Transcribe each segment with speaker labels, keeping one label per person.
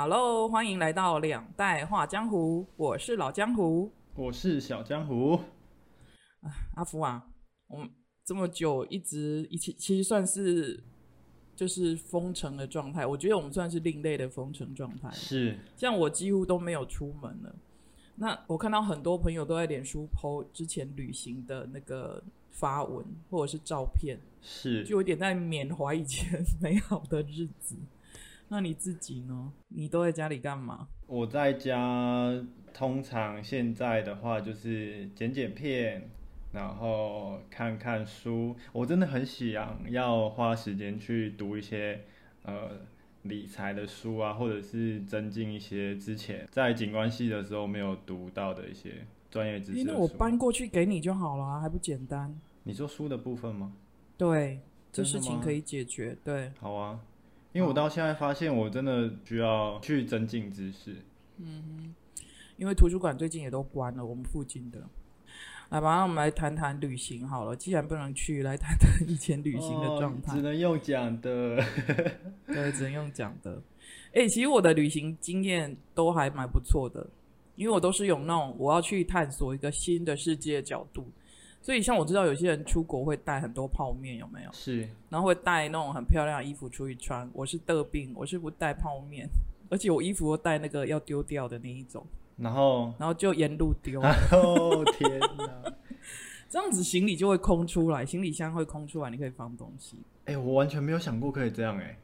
Speaker 1: Hello，欢迎来到两代画江湖，我是老江湖
Speaker 2: 我是小江湖，
Speaker 1: 阿福啊。我们这么久一直一起，其实算是就是封城的状态，我觉得我们算是另类的封城状态。
Speaker 2: 是
Speaker 1: 像我几乎都没有出门了。那我看到很多朋友都在脸书 PO 之前旅行的那个发文或者是照片，
Speaker 2: 是，
Speaker 1: 就有点在缅怀以前 美好的日子。那你自己呢？你都在家里干嘛？
Speaker 2: 我在家通常现在的话就是剪剪片，然后看看书。我真的很想要花时间去读一些呃理财的书啊，或者是增进一些之前在景观系的时候没有读到的一些专业知
Speaker 1: 诶
Speaker 2: 识的
Speaker 1: 那
Speaker 2: 书。
Speaker 1: 我搬过去给你就好了、啊，还不简单？
Speaker 2: 你说书的部分吗？
Speaker 1: 对，这
Speaker 2: 真的
Speaker 1: 事情
Speaker 2: 吗
Speaker 1: 可以解决。对，
Speaker 2: 好啊，因为我到现在发现我真的需要去增进知识。
Speaker 1: 因为图书馆最近也都关了，我们附近的。来吧，那我们来谈谈旅行好了。既然不能去，来谈谈以前旅行的状态。
Speaker 2: 哦只能用讲的。
Speaker 1: 对，只能用讲的。哎、其实我的旅行经验都还蛮不错的，因为我都是有那种我要去探索一个新的世界的角度。所以像我知道有些人出国会带很多泡面，有没有？
Speaker 2: 是
Speaker 1: 然后会带那种很漂亮的衣服出去穿。我是得病，我是不带泡面，而且我衣服都带那个要丢掉的那一种，
Speaker 2: 然后，
Speaker 1: 然后就沿路丢，
Speaker 2: 哦天哪！
Speaker 1: 这样子行李就会空出来，行李箱会空出来，你可以放东西。
Speaker 2: 哎、我完全没有想过可以这样哎、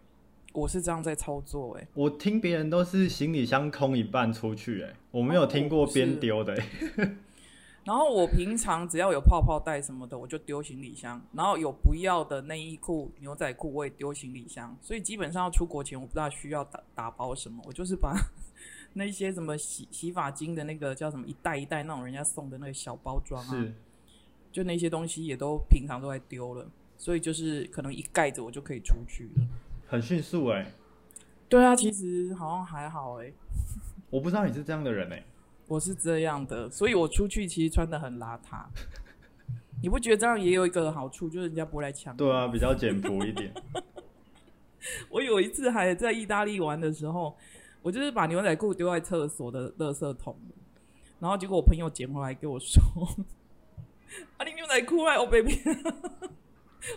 Speaker 1: 我是这样在操作、欸诶。
Speaker 2: 我听别人都是行李箱空一半出去哎、我没有听过边丢的、哎
Speaker 1: 然后我平常只要有泡泡袋什么的，我就丢行李箱。然后有不要的内衣裤、牛仔裤，我也丢行李箱。所以基本上要出国前，我不大需要打打包什么，我就是把 那些什么洗洗发精的那个叫什么一袋一袋那种人家送的那个小包装啊，
Speaker 2: 哦是
Speaker 1: 就那些东西也都平常都在丢了。所以就是可能一盖着我就可以出去了。
Speaker 2: 很迅速哎、
Speaker 1: 对啊，其实好像还好诶、
Speaker 2: 我不知道你是这样的人哎、
Speaker 1: 我是这样的，所以我出去其实穿的很邋遢。你不觉得这样也有一个好处，就是人家不会来抢？
Speaker 2: 对啊，比较简朴一点。
Speaker 1: 我有一次还在意大利玩的时候，我就是把牛仔裤丢在厕所的垃圾桶里，然后结果我朋友捡回来给我说：“ 啊，你牛仔裤来，我 baby。”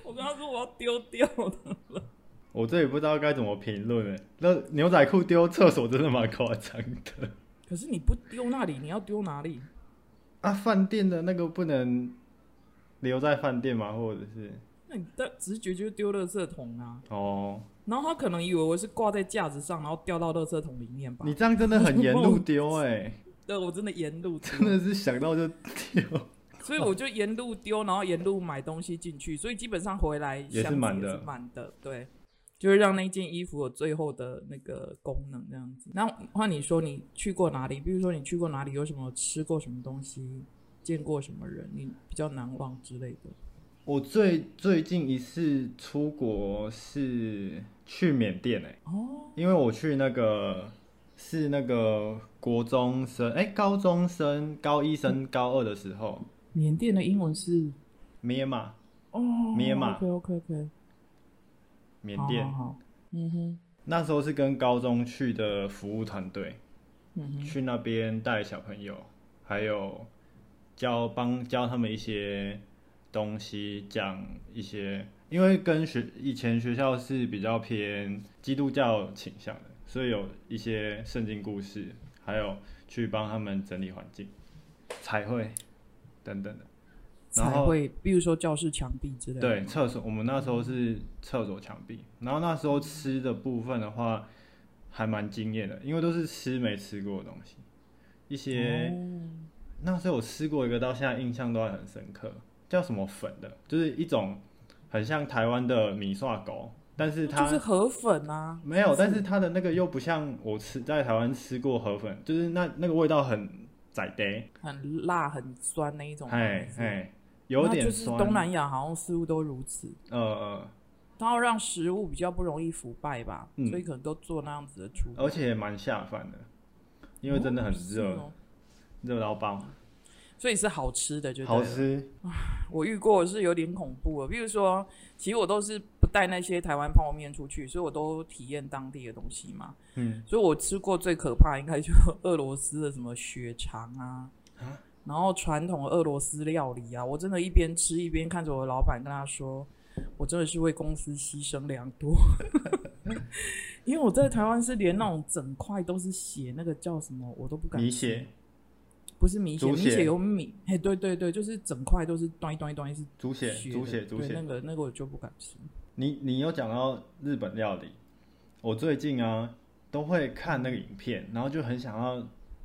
Speaker 1: 我跟他说我要丢掉的，
Speaker 2: 我这也不知道该怎么评论哎。那牛仔裤丢厕所真的蛮夸张的
Speaker 1: 可是你不丢那里，你要丢哪里？
Speaker 2: 啊！饭店的那个不能留在饭店吗？或者是
Speaker 1: 那你的直觉就是丢垃圾桶啊。
Speaker 2: 哦，
Speaker 1: 然后他可能以为我是挂在架子上，然后掉到垃圾桶里面吧
Speaker 2: 你。这样真的很沿路丢哎、
Speaker 1: 对，我真的沿路丢
Speaker 2: 真的是想到就丢。
Speaker 1: 所以我就沿路丢，然后沿路买东西进去，所以基本上回来
Speaker 2: 也是
Speaker 1: 箱子
Speaker 2: 满的
Speaker 1: 也是满的，对，就是让那件衣服有最后的那个功能这样子。那换你说，你去过哪里？比如说你去过哪里，有什么吃过什么东西，见过什么人，你比较难忘之类的。
Speaker 2: 我最最近一次出国是去缅甸哎、
Speaker 1: 哦，
Speaker 2: 因为我去那个是那个国中生哎、高中生高一升高二的时候，
Speaker 1: 缅甸的英文是
Speaker 2: 缅甸
Speaker 1: 哦，
Speaker 2: 缅甸
Speaker 1: OK OK OK，
Speaker 2: 缅甸
Speaker 1: 好好好，嗯哼，
Speaker 2: 那时候是跟高中去的服务团队
Speaker 1: 嗯哼，
Speaker 2: 去那边带小朋友，还有教帮教他们一些东西，讲一些，因为跟学以前学校是比较偏基督教倾向的，所以有一些圣经故事，还有去帮他们整理环境、彩绘等等的。然
Speaker 1: 才
Speaker 2: 后
Speaker 1: 会，比如说教室墙壁之类的。
Speaker 2: 对，厕所我们那时候是厕所墙壁，然后那时候吃的部分的话，还蛮惊艳的，因为都是吃没吃过的东西，一些、
Speaker 1: 哦
Speaker 2: 那时候我吃过一个，到现在印象都还很深刻，叫什么粉的，就是一种很像台湾的米刷狗，但是它、
Speaker 1: 就是河粉啊，
Speaker 2: 没有，但是它的那个又不像我吃在台湾吃过河粉，就是那那个味道很窄的，
Speaker 1: 很辣、很酸那一种吗。
Speaker 2: 哎
Speaker 1: 是
Speaker 2: 哎，有
Speaker 1: 那
Speaker 2: 点
Speaker 1: 就是
Speaker 2: 酸，
Speaker 1: 东南亚好像似乎都如此，
Speaker 2: 呃呃，
Speaker 1: 它要让食物比较不容易腐败吧，
Speaker 2: 嗯
Speaker 1: 所以可能都做那样子的处理。
Speaker 2: 而且也蛮下饭的，因为真的很
Speaker 1: 是
Speaker 2: 热，
Speaker 1: 哦
Speaker 2: 热到爆，
Speaker 1: 所以是好吃的就对了
Speaker 2: 好。吃。
Speaker 1: 哦我遇过是有点恐怖的，比如说，其实我都是不不带那些台湾泡面出去，所以我都体验当地的东西嘛。
Speaker 2: 嗯，
Speaker 1: 所以我吃过最可怕应该就俄罗斯的什么血肠啊，
Speaker 2: 啊
Speaker 1: 然后传统的俄罗斯料理啊，我真的一边吃一边看着我的老板跟他说，我真的是为公司牺牲良多，因为我在台湾是连那种整块都是血，那个叫什么我都不敢
Speaker 2: 米
Speaker 1: 吃
Speaker 2: 血、
Speaker 1: 不是米血，
Speaker 2: 猪
Speaker 1: 米
Speaker 2: 血
Speaker 1: 血有米，嘿，对对对，就是整块都是端一端一端是
Speaker 2: 猪血、
Speaker 1: 的
Speaker 2: 猪血、猪
Speaker 1: 对
Speaker 2: 血
Speaker 1: 那。个那个我就不敢吃。
Speaker 2: 你你有讲到日本料理，我最近啊都会看那个影片，然后就很想要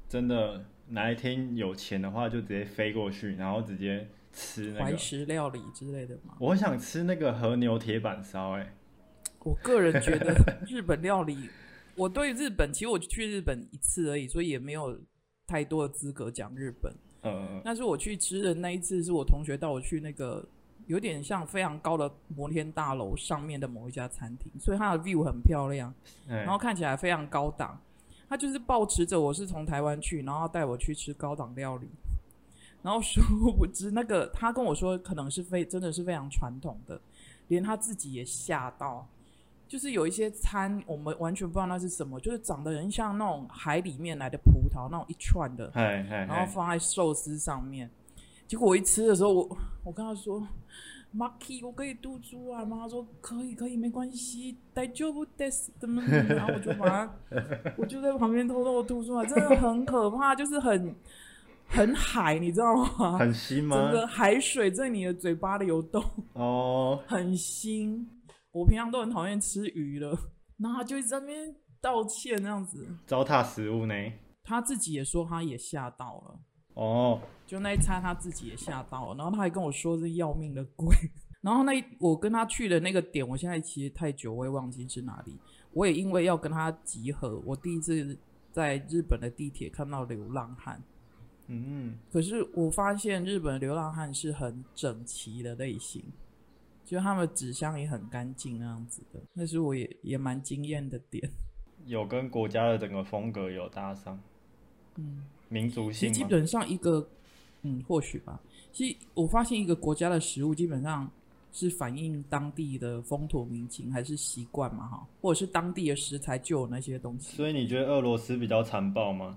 Speaker 2: 真的哪一天有钱的话，就直接飞过去，然后直接吃那
Speaker 1: 怀
Speaker 2: 个。
Speaker 1: 石料理之类的嘛。
Speaker 2: 我很想吃那个和牛铁板烧、欸，哎，
Speaker 1: 我个人觉得日本料理，我对日本其实我去日本一次而已，所以也没有太多的资格讲日本。
Speaker 2: 嗯
Speaker 1: 但是我去吃的那一次，是我同学带我去那个有点像非常高的摩天大楼上面的某一家餐厅，所以它的 view 很漂亮，
Speaker 2: 嗯
Speaker 1: 然后看起来非常高档。他就是抱持着我是从台湾去，然后带我去吃高档料理，然后殊不知那个他跟我说可能是非真的是非常传统的，连他自己也吓到。就是有一些餐我们完全不知道那是什么，就是长得很像那种海里面来的葡萄那种一串的，
Speaker 2: 哎，哎
Speaker 1: 然后
Speaker 2: 哎，
Speaker 1: 放在寿司上面。结果我一吃的时候，我我跟他说 m a k i 我可以吐出来吗？”他说：“可以，可以，没关系，大丈夫です。”怎么怎么？然后我就把它，我就在旁边偷偷地吐出来，真的很可怕，就是很很海，你知道吗？
Speaker 2: 很腥吗
Speaker 1: 整？个海水在你的嘴巴流动，
Speaker 2: 哦，
Speaker 1: 很腥。我平常都很讨厌吃鱼了，然后他就一直在那边道歉那样子。
Speaker 2: 糟蹋食物呢？
Speaker 1: 他自己也说他也吓到了。
Speaker 2: 哦，
Speaker 1: 就那一餐他自己也吓到了，然后他还跟我说是要命的贵。 然后那一我跟他去的那个点，我现在其实太久，我也忘记是哪里。我也因为要跟他集合，我第一次在日本的地铁看到流浪汉。
Speaker 2: 嗯，
Speaker 1: 可是我发现日本的流浪汉是很整齐的类型，就他们纸箱也很干净那样子的，那是我也也蛮惊艳的点。
Speaker 2: 有跟国家的整个风格有搭上，
Speaker 1: 嗯，
Speaker 2: 民族
Speaker 1: 其实
Speaker 2: 性
Speaker 1: 基
Speaker 2: 吗？
Speaker 1: 本上一个，嗯，或许吧。其实我发现一个国家的食物基本上是反映当地的风土民情还是习惯嘛，哈，或者是当地的食材就有那些东 西。
Speaker 2: 所以你觉得俄罗斯比较残暴吗？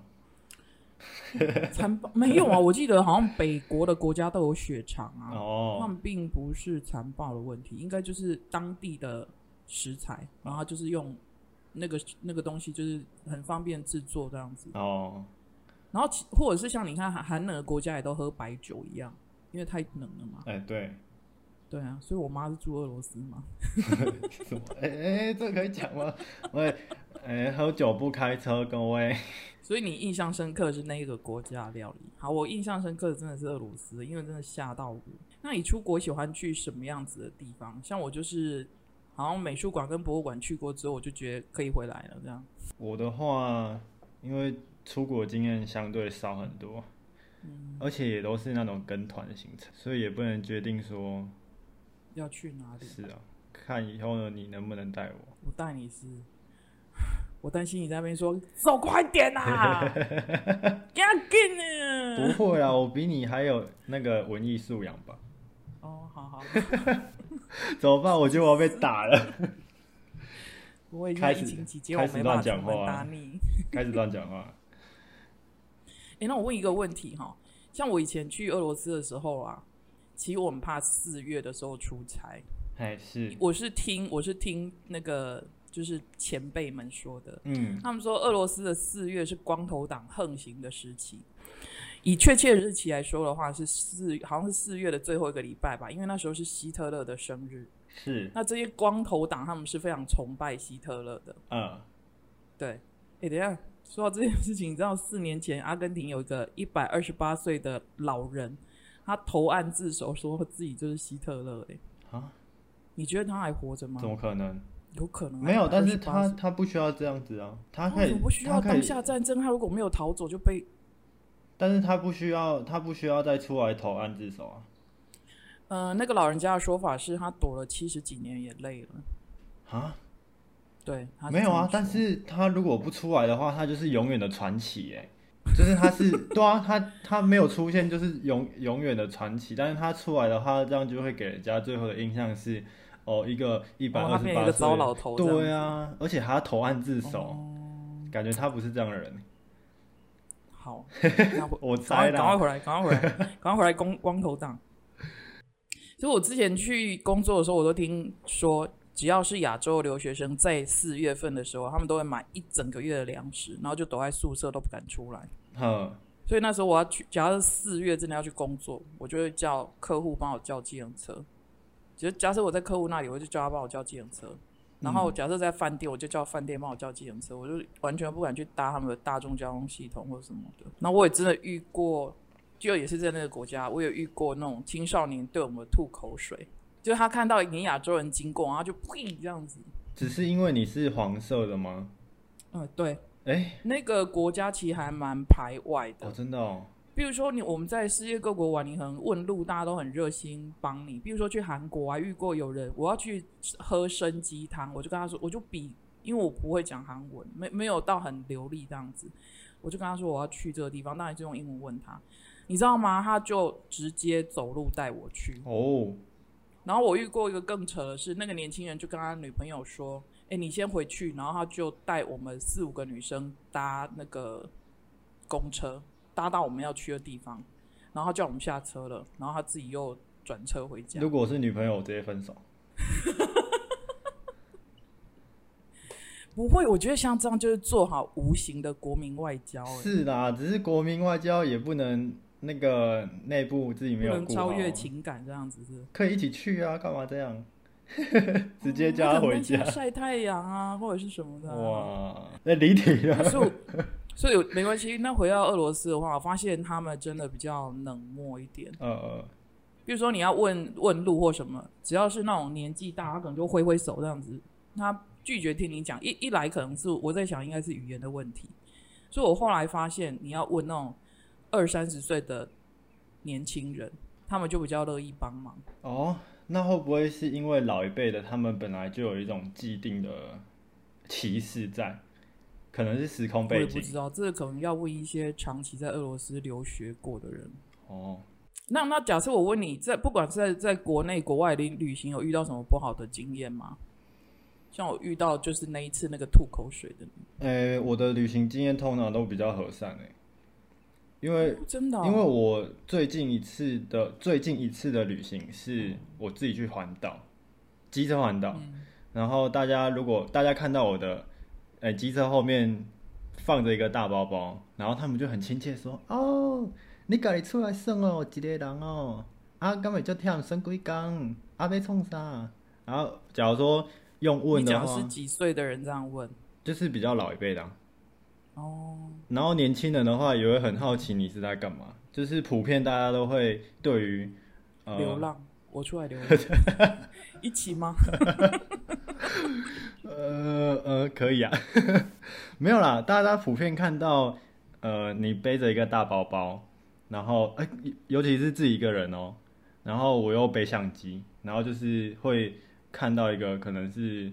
Speaker 1: 残暴没有啊？我记得好像北国的国家都有血肠啊，他
Speaker 2: 哦，
Speaker 1: 们并不是残暴的问题，应该就是当地的食材，然后就是用那个那个东西，就是很方便制作这样子。
Speaker 2: 哦，
Speaker 1: 然后其或者是像你看寒寒冷的国家也都喝白酒一样，因为太冷了嘛。
Speaker 2: 哎、对，
Speaker 1: 对啊，所以我妈是住俄罗斯嘛。
Speaker 2: 什么？哎、哎、这可以讲吗？ 喂，哎、喝酒不开车，各位。
Speaker 1: 所以你印象深刻是那一个国家的料理。好，我印象深刻的真的是俄罗斯，因为真的吓到我。那你出国喜欢去什么样子的地方？像我就是，好像美术馆跟博物馆去过之后，我就觉得可以回来了。这样，
Speaker 2: 我的话，因为出国经验相对少很多，
Speaker 1: 嗯，
Speaker 2: 而且也都是那种跟团的行程，所以也不能决定说
Speaker 1: 要去哪里？
Speaker 2: 是啊，看以后呢你能不能带 我。
Speaker 1: 我带你是， 我担心你在那边说走快点 啊，赶紧呢。
Speaker 2: 不会啊，我比你还有那个文艺素养吧？
Speaker 1: 哦，好好，
Speaker 2: 怎么办？我觉得我要被打了，
Speaker 1: 我已经
Speaker 2: 开
Speaker 1: 疫
Speaker 2: 始
Speaker 1: 情期间我
Speaker 2: 开始
Speaker 1: 没办法
Speaker 2: 乱讲
Speaker 1: 出门
Speaker 2: 话啊
Speaker 1: 打你。
Speaker 2: 开始乱讲话。
Speaker 1: 哎、那我问一个问题哈，像我以前去俄罗斯的时候啊，其实我们怕四月的时候出差，
Speaker 2: 哎，是，
Speaker 1: 我是听我是听那个就是前辈们说的，
Speaker 2: 嗯，
Speaker 1: 他们说俄罗斯的四月是光头党横行的时期。以确切日期来说的话，是四好像是四月的最后一个礼拜吧，因为那时候是希特勒的生日。
Speaker 2: 是，
Speaker 1: 那这些光头党他们是非常崇拜希特勒的，
Speaker 2: 嗯，
Speaker 1: 对，哎、等一下，说到这件事情，你知道四年前阿根廷有一个一百二十八岁的老人，他投案自首，说自己就是希特勒、欸。
Speaker 2: 啊，
Speaker 1: 你觉得他还活着吗
Speaker 2: 怎？么可能？
Speaker 1: 有可能啊
Speaker 2: 没有，但是
Speaker 1: 128
Speaker 2: 他
Speaker 1: 岁
Speaker 2: 他不需要这样子啊，他
Speaker 1: 他
Speaker 2: 可
Speaker 1: 为哦
Speaker 2: 以
Speaker 1: 什么，不需
Speaker 2: 他
Speaker 1: 要
Speaker 2: 可以
Speaker 1: 当，下战争？他如果没有逃走，就被
Speaker 2: 但是他不需要，他不需要再出来投案自首啊。
Speaker 1: 呃那个老人家的说法是他躲了七十几年也累了。
Speaker 2: 啊，
Speaker 1: 对，他是
Speaker 2: 没有啊，
Speaker 1: 这
Speaker 2: 但
Speaker 1: 么说
Speaker 2: 是他如果不出来的话，他就是永远的传奇哎、就是 他是对啊，他他没有出现就是永永远的传奇，但是他出来的话，这样就会给人家最后的印象是，哦，一个一百
Speaker 1: 哦
Speaker 2: 二
Speaker 1: 他
Speaker 2: 十
Speaker 1: 变
Speaker 2: 八
Speaker 1: 一个糟
Speaker 2: 岁，
Speaker 1: 老头这样子
Speaker 2: 对啊，而且还要投案自首，
Speaker 1: 哦
Speaker 2: 感觉他不是这样的人。
Speaker 1: 好， 那回
Speaker 2: 我
Speaker 1: 赶快
Speaker 2: 猜
Speaker 1: 赶快
Speaker 2: 啦，
Speaker 1: 回来，赶快回 来，赶快回来光光头党。所以我之前去工作的时候，我都听说，只要是亚洲留学生，在四月份的时候，他们都会买一整个月的粮食，然后就躲在宿舍都不敢出来。
Speaker 2: 哼，
Speaker 1: 所以那时候我要去，假如是四月真的要去工作，我就会叫客户帮我叫计程车。就假设我在客户那里，我就叫他帮我叫计程车。然后假设在饭店，我就叫饭店帮我叫计程车，我就完全不敢去搭他们的大众交通系统或什么的。那我也真的遇过，就也是在那个国家，我有遇过那种青少年对我们吐口水，就是他看到你亚洲人经过，然后就呸这样子。
Speaker 2: 只是因为你是黄色的吗？
Speaker 1: 嗯，对，
Speaker 2: 哎、
Speaker 1: 那个国家其实还蛮排外的
Speaker 2: 哦，。真的哦，
Speaker 1: 比如说你我们在世界各国玩，你很问路，大家都很热心帮你。比如说去韩国，我啊还遇过有人我要去喝参鸡汤，我就跟他说，我就比，因为我不会讲韩文，没没有到很流利这样子，我就跟他说我要去这个地方，当然是用英文问他，你知道吗？他就直接走路带我去。
Speaker 2: 哦，
Speaker 1: 然后我遇过一个更扯的是，那个年轻人就跟他女朋友说：“哎，你先回去。”然后他就带我们四五个女生搭那个公车，搭到我们要去的地方，然后他叫我们下车了，然后他自己又转车回家。
Speaker 2: 如果是女朋友，我直接分手。
Speaker 1: 不会，我觉得像这样就是做好无形的国民外交、哎，
Speaker 2: 是啦，只是国民外交也不能那个内部自己
Speaker 1: 不
Speaker 2: 没有
Speaker 1: 能
Speaker 2: 顾
Speaker 1: 超
Speaker 2: 好，
Speaker 1: 越情感这样子是。
Speaker 2: 可以一起去啊，干嘛 这样？直接叫他
Speaker 1: 他
Speaker 2: 回
Speaker 1: 可能
Speaker 2: 家
Speaker 1: 在。晒太阳啊，或者是什么的、啊。
Speaker 2: 哇，那离题了。
Speaker 1: 所以我，所以我没关系。那回到俄罗斯的话，我发现他们真的比较冷漠一点。
Speaker 2: 呃呃，
Speaker 1: 比如说你要问问路或什么，只要是那种年纪大，他可能就挥挥手这样子，他拒绝听你讲。一一来可能是我在想，应该是语言的问题。所以我后来发现，你要问那种二三十岁的年轻人，他们就比较乐意帮忙。
Speaker 2: 哦，那会不会是因为老一辈的他们本来就有一种既定的歧视在？可能是时空
Speaker 1: 我也
Speaker 2: 背
Speaker 1: 不
Speaker 2: 景
Speaker 1: 知道，这个可能要问一些长期在俄罗斯留学过的人。
Speaker 2: 哦。
Speaker 1: 那那假设我问你在不管是在在国内国外的旅行有遇到什么不好的经验吗？像我遇到就是那一次那个吐口水的，
Speaker 2: 诶、我的旅行经验通常都比较和善诶、因为
Speaker 1: 真的哦、
Speaker 2: 因为我最近一次的最近一次的旅行是我自己去环岛，机车环岛。
Speaker 1: 嗯
Speaker 2: 然后大家如果大家看到我的，呃，机车后面放着一个大包包，然后他们就很亲切说：“哦，你家己出来耍哦，一个人哦，啊，今日足忝，耍几工，啊，要创啥？”然后假如说用问
Speaker 1: 你
Speaker 2: 的
Speaker 1: 讲的
Speaker 2: 话
Speaker 1: 是，几岁的人这样问
Speaker 2: 就是比较老一辈的啊、
Speaker 1: 哦，
Speaker 2: 然后年轻人的话也会很好奇你是在干嘛，就是普遍大家都会对于呃
Speaker 1: 流浪，我出来流 浪，一起吗？
Speaker 2: 呃呃可以啊， 没有啦，大家普遍看到呃你背着一个大包包，然后哎、尤其是自己一个人哦，然后我又背相机，然后就是会看到一个可能是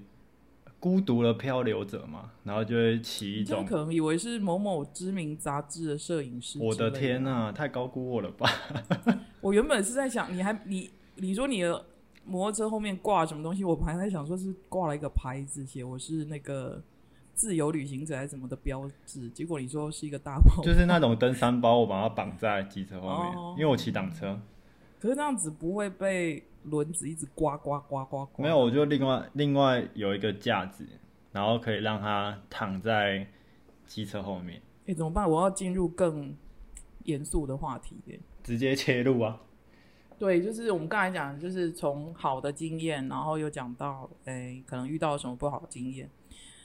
Speaker 2: 孤独的漂流者嘛，然后就会起一
Speaker 1: 你这样
Speaker 2: 种
Speaker 1: 可能以为是某某知名杂志的摄影师。
Speaker 2: 我的天
Speaker 1: 呐、
Speaker 2: 呐、太高估我了吧？
Speaker 1: 我原本是在想，你还你你说你的摩托车后面挂什么东西，我还在想说是挂了一个牌子，写我是那个自由旅行者还是什么的标志，结果你说是一个大包，
Speaker 2: 就是那种登山包，我把它绑在机车后面，
Speaker 1: 哦
Speaker 2: 因为我骑挡车。
Speaker 1: 可是那样子不会被轮子一直刮刮刮刮刮。
Speaker 2: 没有，我就另外另外有一个架子，然后可以让它躺在机车后面，
Speaker 1: 哎、怎么办？我要进入更严肃的话题耶。
Speaker 2: 直接切入啊。
Speaker 1: 对，就是我们刚才讲，就是从好的经验，然后又讲到，诶，可能遇到什么不好的经验。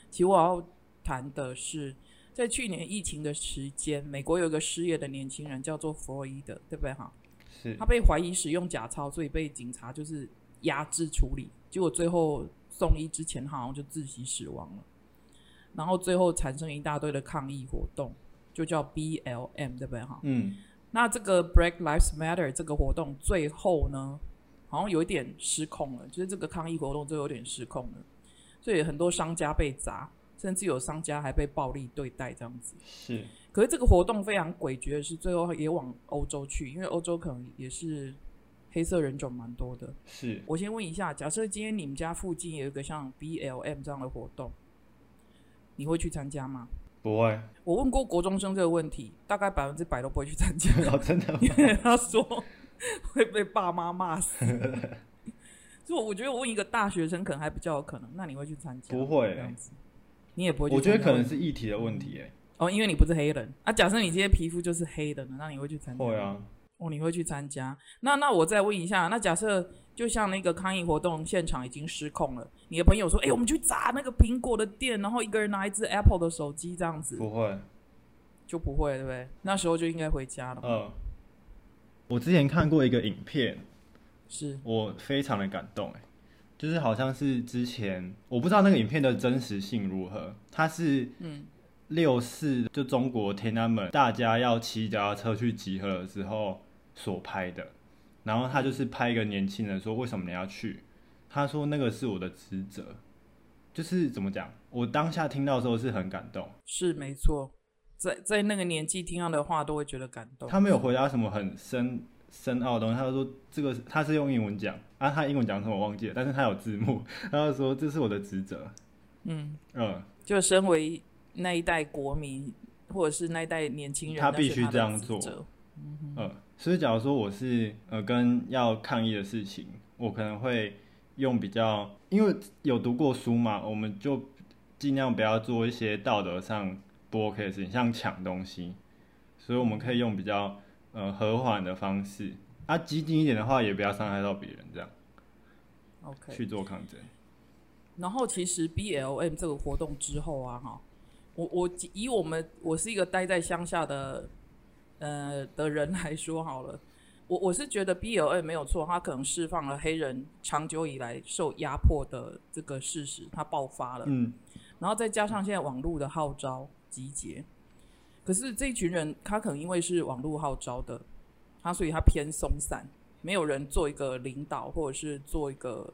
Speaker 1: 其实我要谈的是，在去年疫情的时间，美国有一个失业的年轻人叫做弗洛伊德，对不对哈？
Speaker 2: 是
Speaker 1: 他被怀疑使用假钞，所以被警察就是压制处理，结果最后送医之前好像就窒息死亡了，然后最后产生一大堆的抗议活动，就叫 BLM，对不对哈？
Speaker 2: 嗯，
Speaker 1: 那这个 Black Lives Matter 这个活动最后呢，好像有一点失控了，就是这个抗议活动最后有点失控了，所以很多商家被砸，甚至有商家还被暴力对待这样子。
Speaker 2: 是
Speaker 1: 可是这个活动非常诡谲的是，最后也往欧洲去，因为欧洲可能也是黑色人种蛮多的。
Speaker 2: 是
Speaker 1: 我先问一下，假设今天你们家附近有一个像 BLM 这样的活动，你会去参加吗？
Speaker 2: 不会
Speaker 1: 我问过国中生这个问题，大概百分之百都不会去参加，
Speaker 2: 哦，真的吗？
Speaker 1: 因为 他说会被爸妈骂死。 所以我觉得我问一个大学生可能还比较有可能，那你会去参加？
Speaker 2: 不会
Speaker 1: 这样子，你也不会去
Speaker 2: 我
Speaker 1: 参加。
Speaker 2: 觉得可能是议题的问题，哎，
Speaker 1: 哦，因为你不是黑人啊。假设你今天皮肤就是黑的呢，那你会去参加？
Speaker 2: 会啊，
Speaker 1: 哦，你会去参加？那那我再问一下，那假设就像那个抗议活动现场已经失控了，你的朋友说：“哎、我们去砸那个苹果的店，然后一个人拿一只 Apple 的手机，这样子
Speaker 2: 不会，
Speaker 1: 就不会，对不对？”那时候就应该回家了。
Speaker 2: 嗯。我之前看过一个影片，
Speaker 1: 是
Speaker 2: 我非常的感动哎，就是好像是之前我不知道那个影片的真实性如何，它是
Speaker 1: 嗯
Speaker 2: 六四就中国天安门大家要骑脚踏车去集合的时候所拍的，然后他就是拍一个年轻人说为什么你要去，他说那个是我的职责，就是怎么讲，我当下听到的时候是很感动，
Speaker 1: 是没错，在在那个年纪听到的话都会觉得感动。
Speaker 2: 他没有回答什么很深深奥的东西，他就说这个他是用英文讲啊，他英文讲什么我忘记了，但是他有字幕， 他就说这是我的职责，
Speaker 1: 嗯，
Speaker 2: 嗯，
Speaker 1: 就身为那一代国民或者是那一代年轻人，
Speaker 2: 他
Speaker 1: 那
Speaker 2: 必
Speaker 1: 是
Speaker 2: 须
Speaker 1: 的
Speaker 2: 这样
Speaker 1: 职
Speaker 2: 做
Speaker 1: 责
Speaker 2: 呃，所以假如说我是呃跟要抗议的事情，我可能会用比较，因为有读过书嘛，我们就尽量不要做一些道德上不 OK 的事情，像抢东西，所以我们可以用比较呃和缓的方式，啊激进一点的话，也不要伤害到别人，这样
Speaker 1: OK，
Speaker 2: 去做抗争。
Speaker 1: 然后其实 BLM 这个活动之后啊，哈，我我以我们我是一个待在乡下的呃的人来说好了，我我是觉得 BLM 没有错，它可能释放了黑人长久以来受压迫的这个事实，它爆发了，
Speaker 2: 嗯，
Speaker 1: 然后再加上现在网络的号召集结，可是这群人他可能因为是网络号召的，他所以他偏松散，没有人做一个领导或者是做一个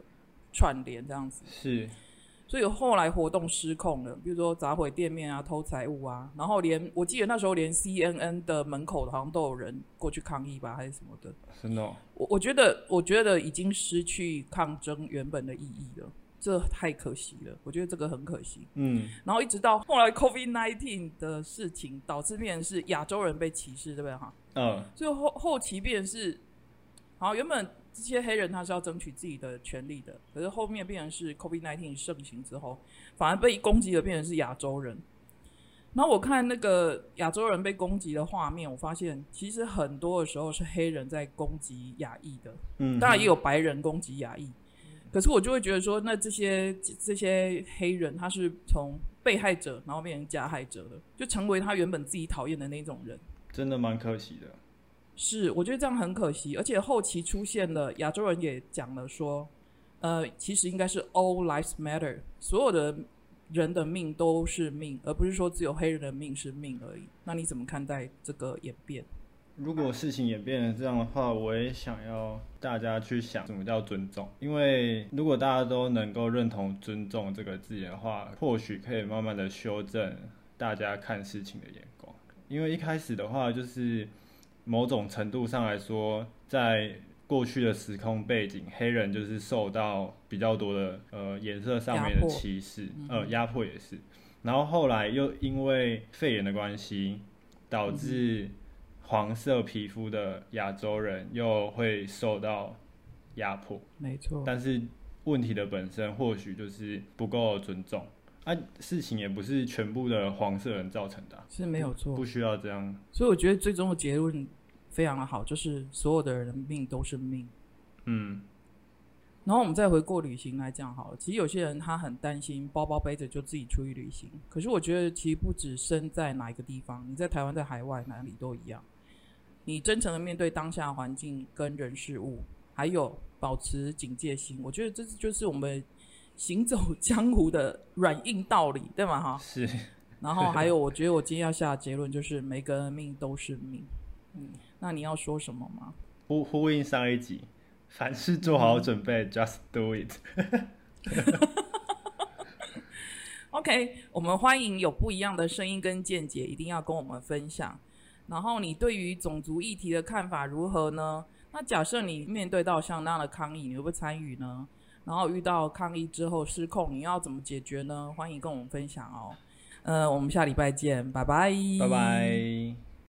Speaker 1: 串联这样子。
Speaker 2: 是
Speaker 1: 所以后来活动失控了，比如说砸毁店面啊、偷财物啊，然后连我记得那时候连 CNN 的门口好像都有人过去抗议吧，还是什么的。
Speaker 2: 真的哦、
Speaker 1: 我我觉得，我觉得已经失去抗争原本的意义了，这太可惜了。我觉得这个很可惜。
Speaker 2: 嗯，
Speaker 1: 然后一直到后来 COVID nineteen 的事情，导致变成是亚洲人被歧视，对不对哈？
Speaker 2: 呃，
Speaker 1: 所以后后期变成是，好原本这些黑人他是要争取自己的权利的，可是后面变成是 COVID nineteen 盛行之后，反而被攻击的变成是亚洲人。然后我看那个亚洲人被攻击的画面，我发现其实很多的时候是黑人在攻击亚裔的，
Speaker 2: 嗯，
Speaker 1: 当然也有白人攻击亚裔，可是我就会觉得说，那这些这些黑人他是从被害者然后变成加害者的，就成为他原本自己讨厌的那种人。
Speaker 2: 真的蛮可惜的。
Speaker 1: 是，我觉得这样很可惜，而且后期出现了亚洲人也讲了说，呃，其实应该是 all lives matter，所有的人的命都是命，而不是说只有黑人的命是命而已。那你怎么看待这个演变？
Speaker 2: 如果事情演变成这样的话，我也想要大家去想什么叫尊重，因为如果大家都能够认同“尊重”这个字眼的话，或许可以慢慢的修正大家看事情的眼光。因为一开始的话，就是某种程度上来说，在过去的时空背景，黑人就是受到比较多的呃颜色上面
Speaker 1: 压
Speaker 2: 的
Speaker 1: 迫
Speaker 2: 歧视，呃压迫也是。然后后来又因为肺炎的关系，导致黄色皮肤的亚洲人又会受到压迫。
Speaker 1: 没错，
Speaker 2: 但是问题的本身或许就是不够尊重啊，事情也不是全部的黄色人造成的啊、
Speaker 1: 是没有错。
Speaker 2: 不需要这样。
Speaker 1: 所以我觉得最终的结论非常的好，就是所有的人的命都是命。
Speaker 2: 嗯，
Speaker 1: 然后我们再回过旅行来讲好了，其实有些人他很担心包包背着就自己出去旅行，可是我觉得其实不止身在哪一个地方，你在台湾、在海外哪里都一样，你真诚的面对当下环境跟人事物，还有保持警戒心，我觉得这是就是我们行走江湖的软硬道理，对吗？哈，
Speaker 2: 是
Speaker 1: 然后还有，我觉得我今天要下的结论就是每个人的命都是命，嗯，那你要说什么吗？
Speaker 2: 呼呼应上一集，凡事做好准备、j u s t do it。
Speaker 1: OK，我们欢迎有不一样的声音跟见解，一定要跟我们分享。然后你对于种族议题的看法如何呢？那假设你面对到像那样的抗议，你会不会参与呢？然后遇到抗议之后失控，你要怎么解决呢？欢迎跟我们分享哦。呃，我们下礼拜见，拜拜，
Speaker 2: 拜拜。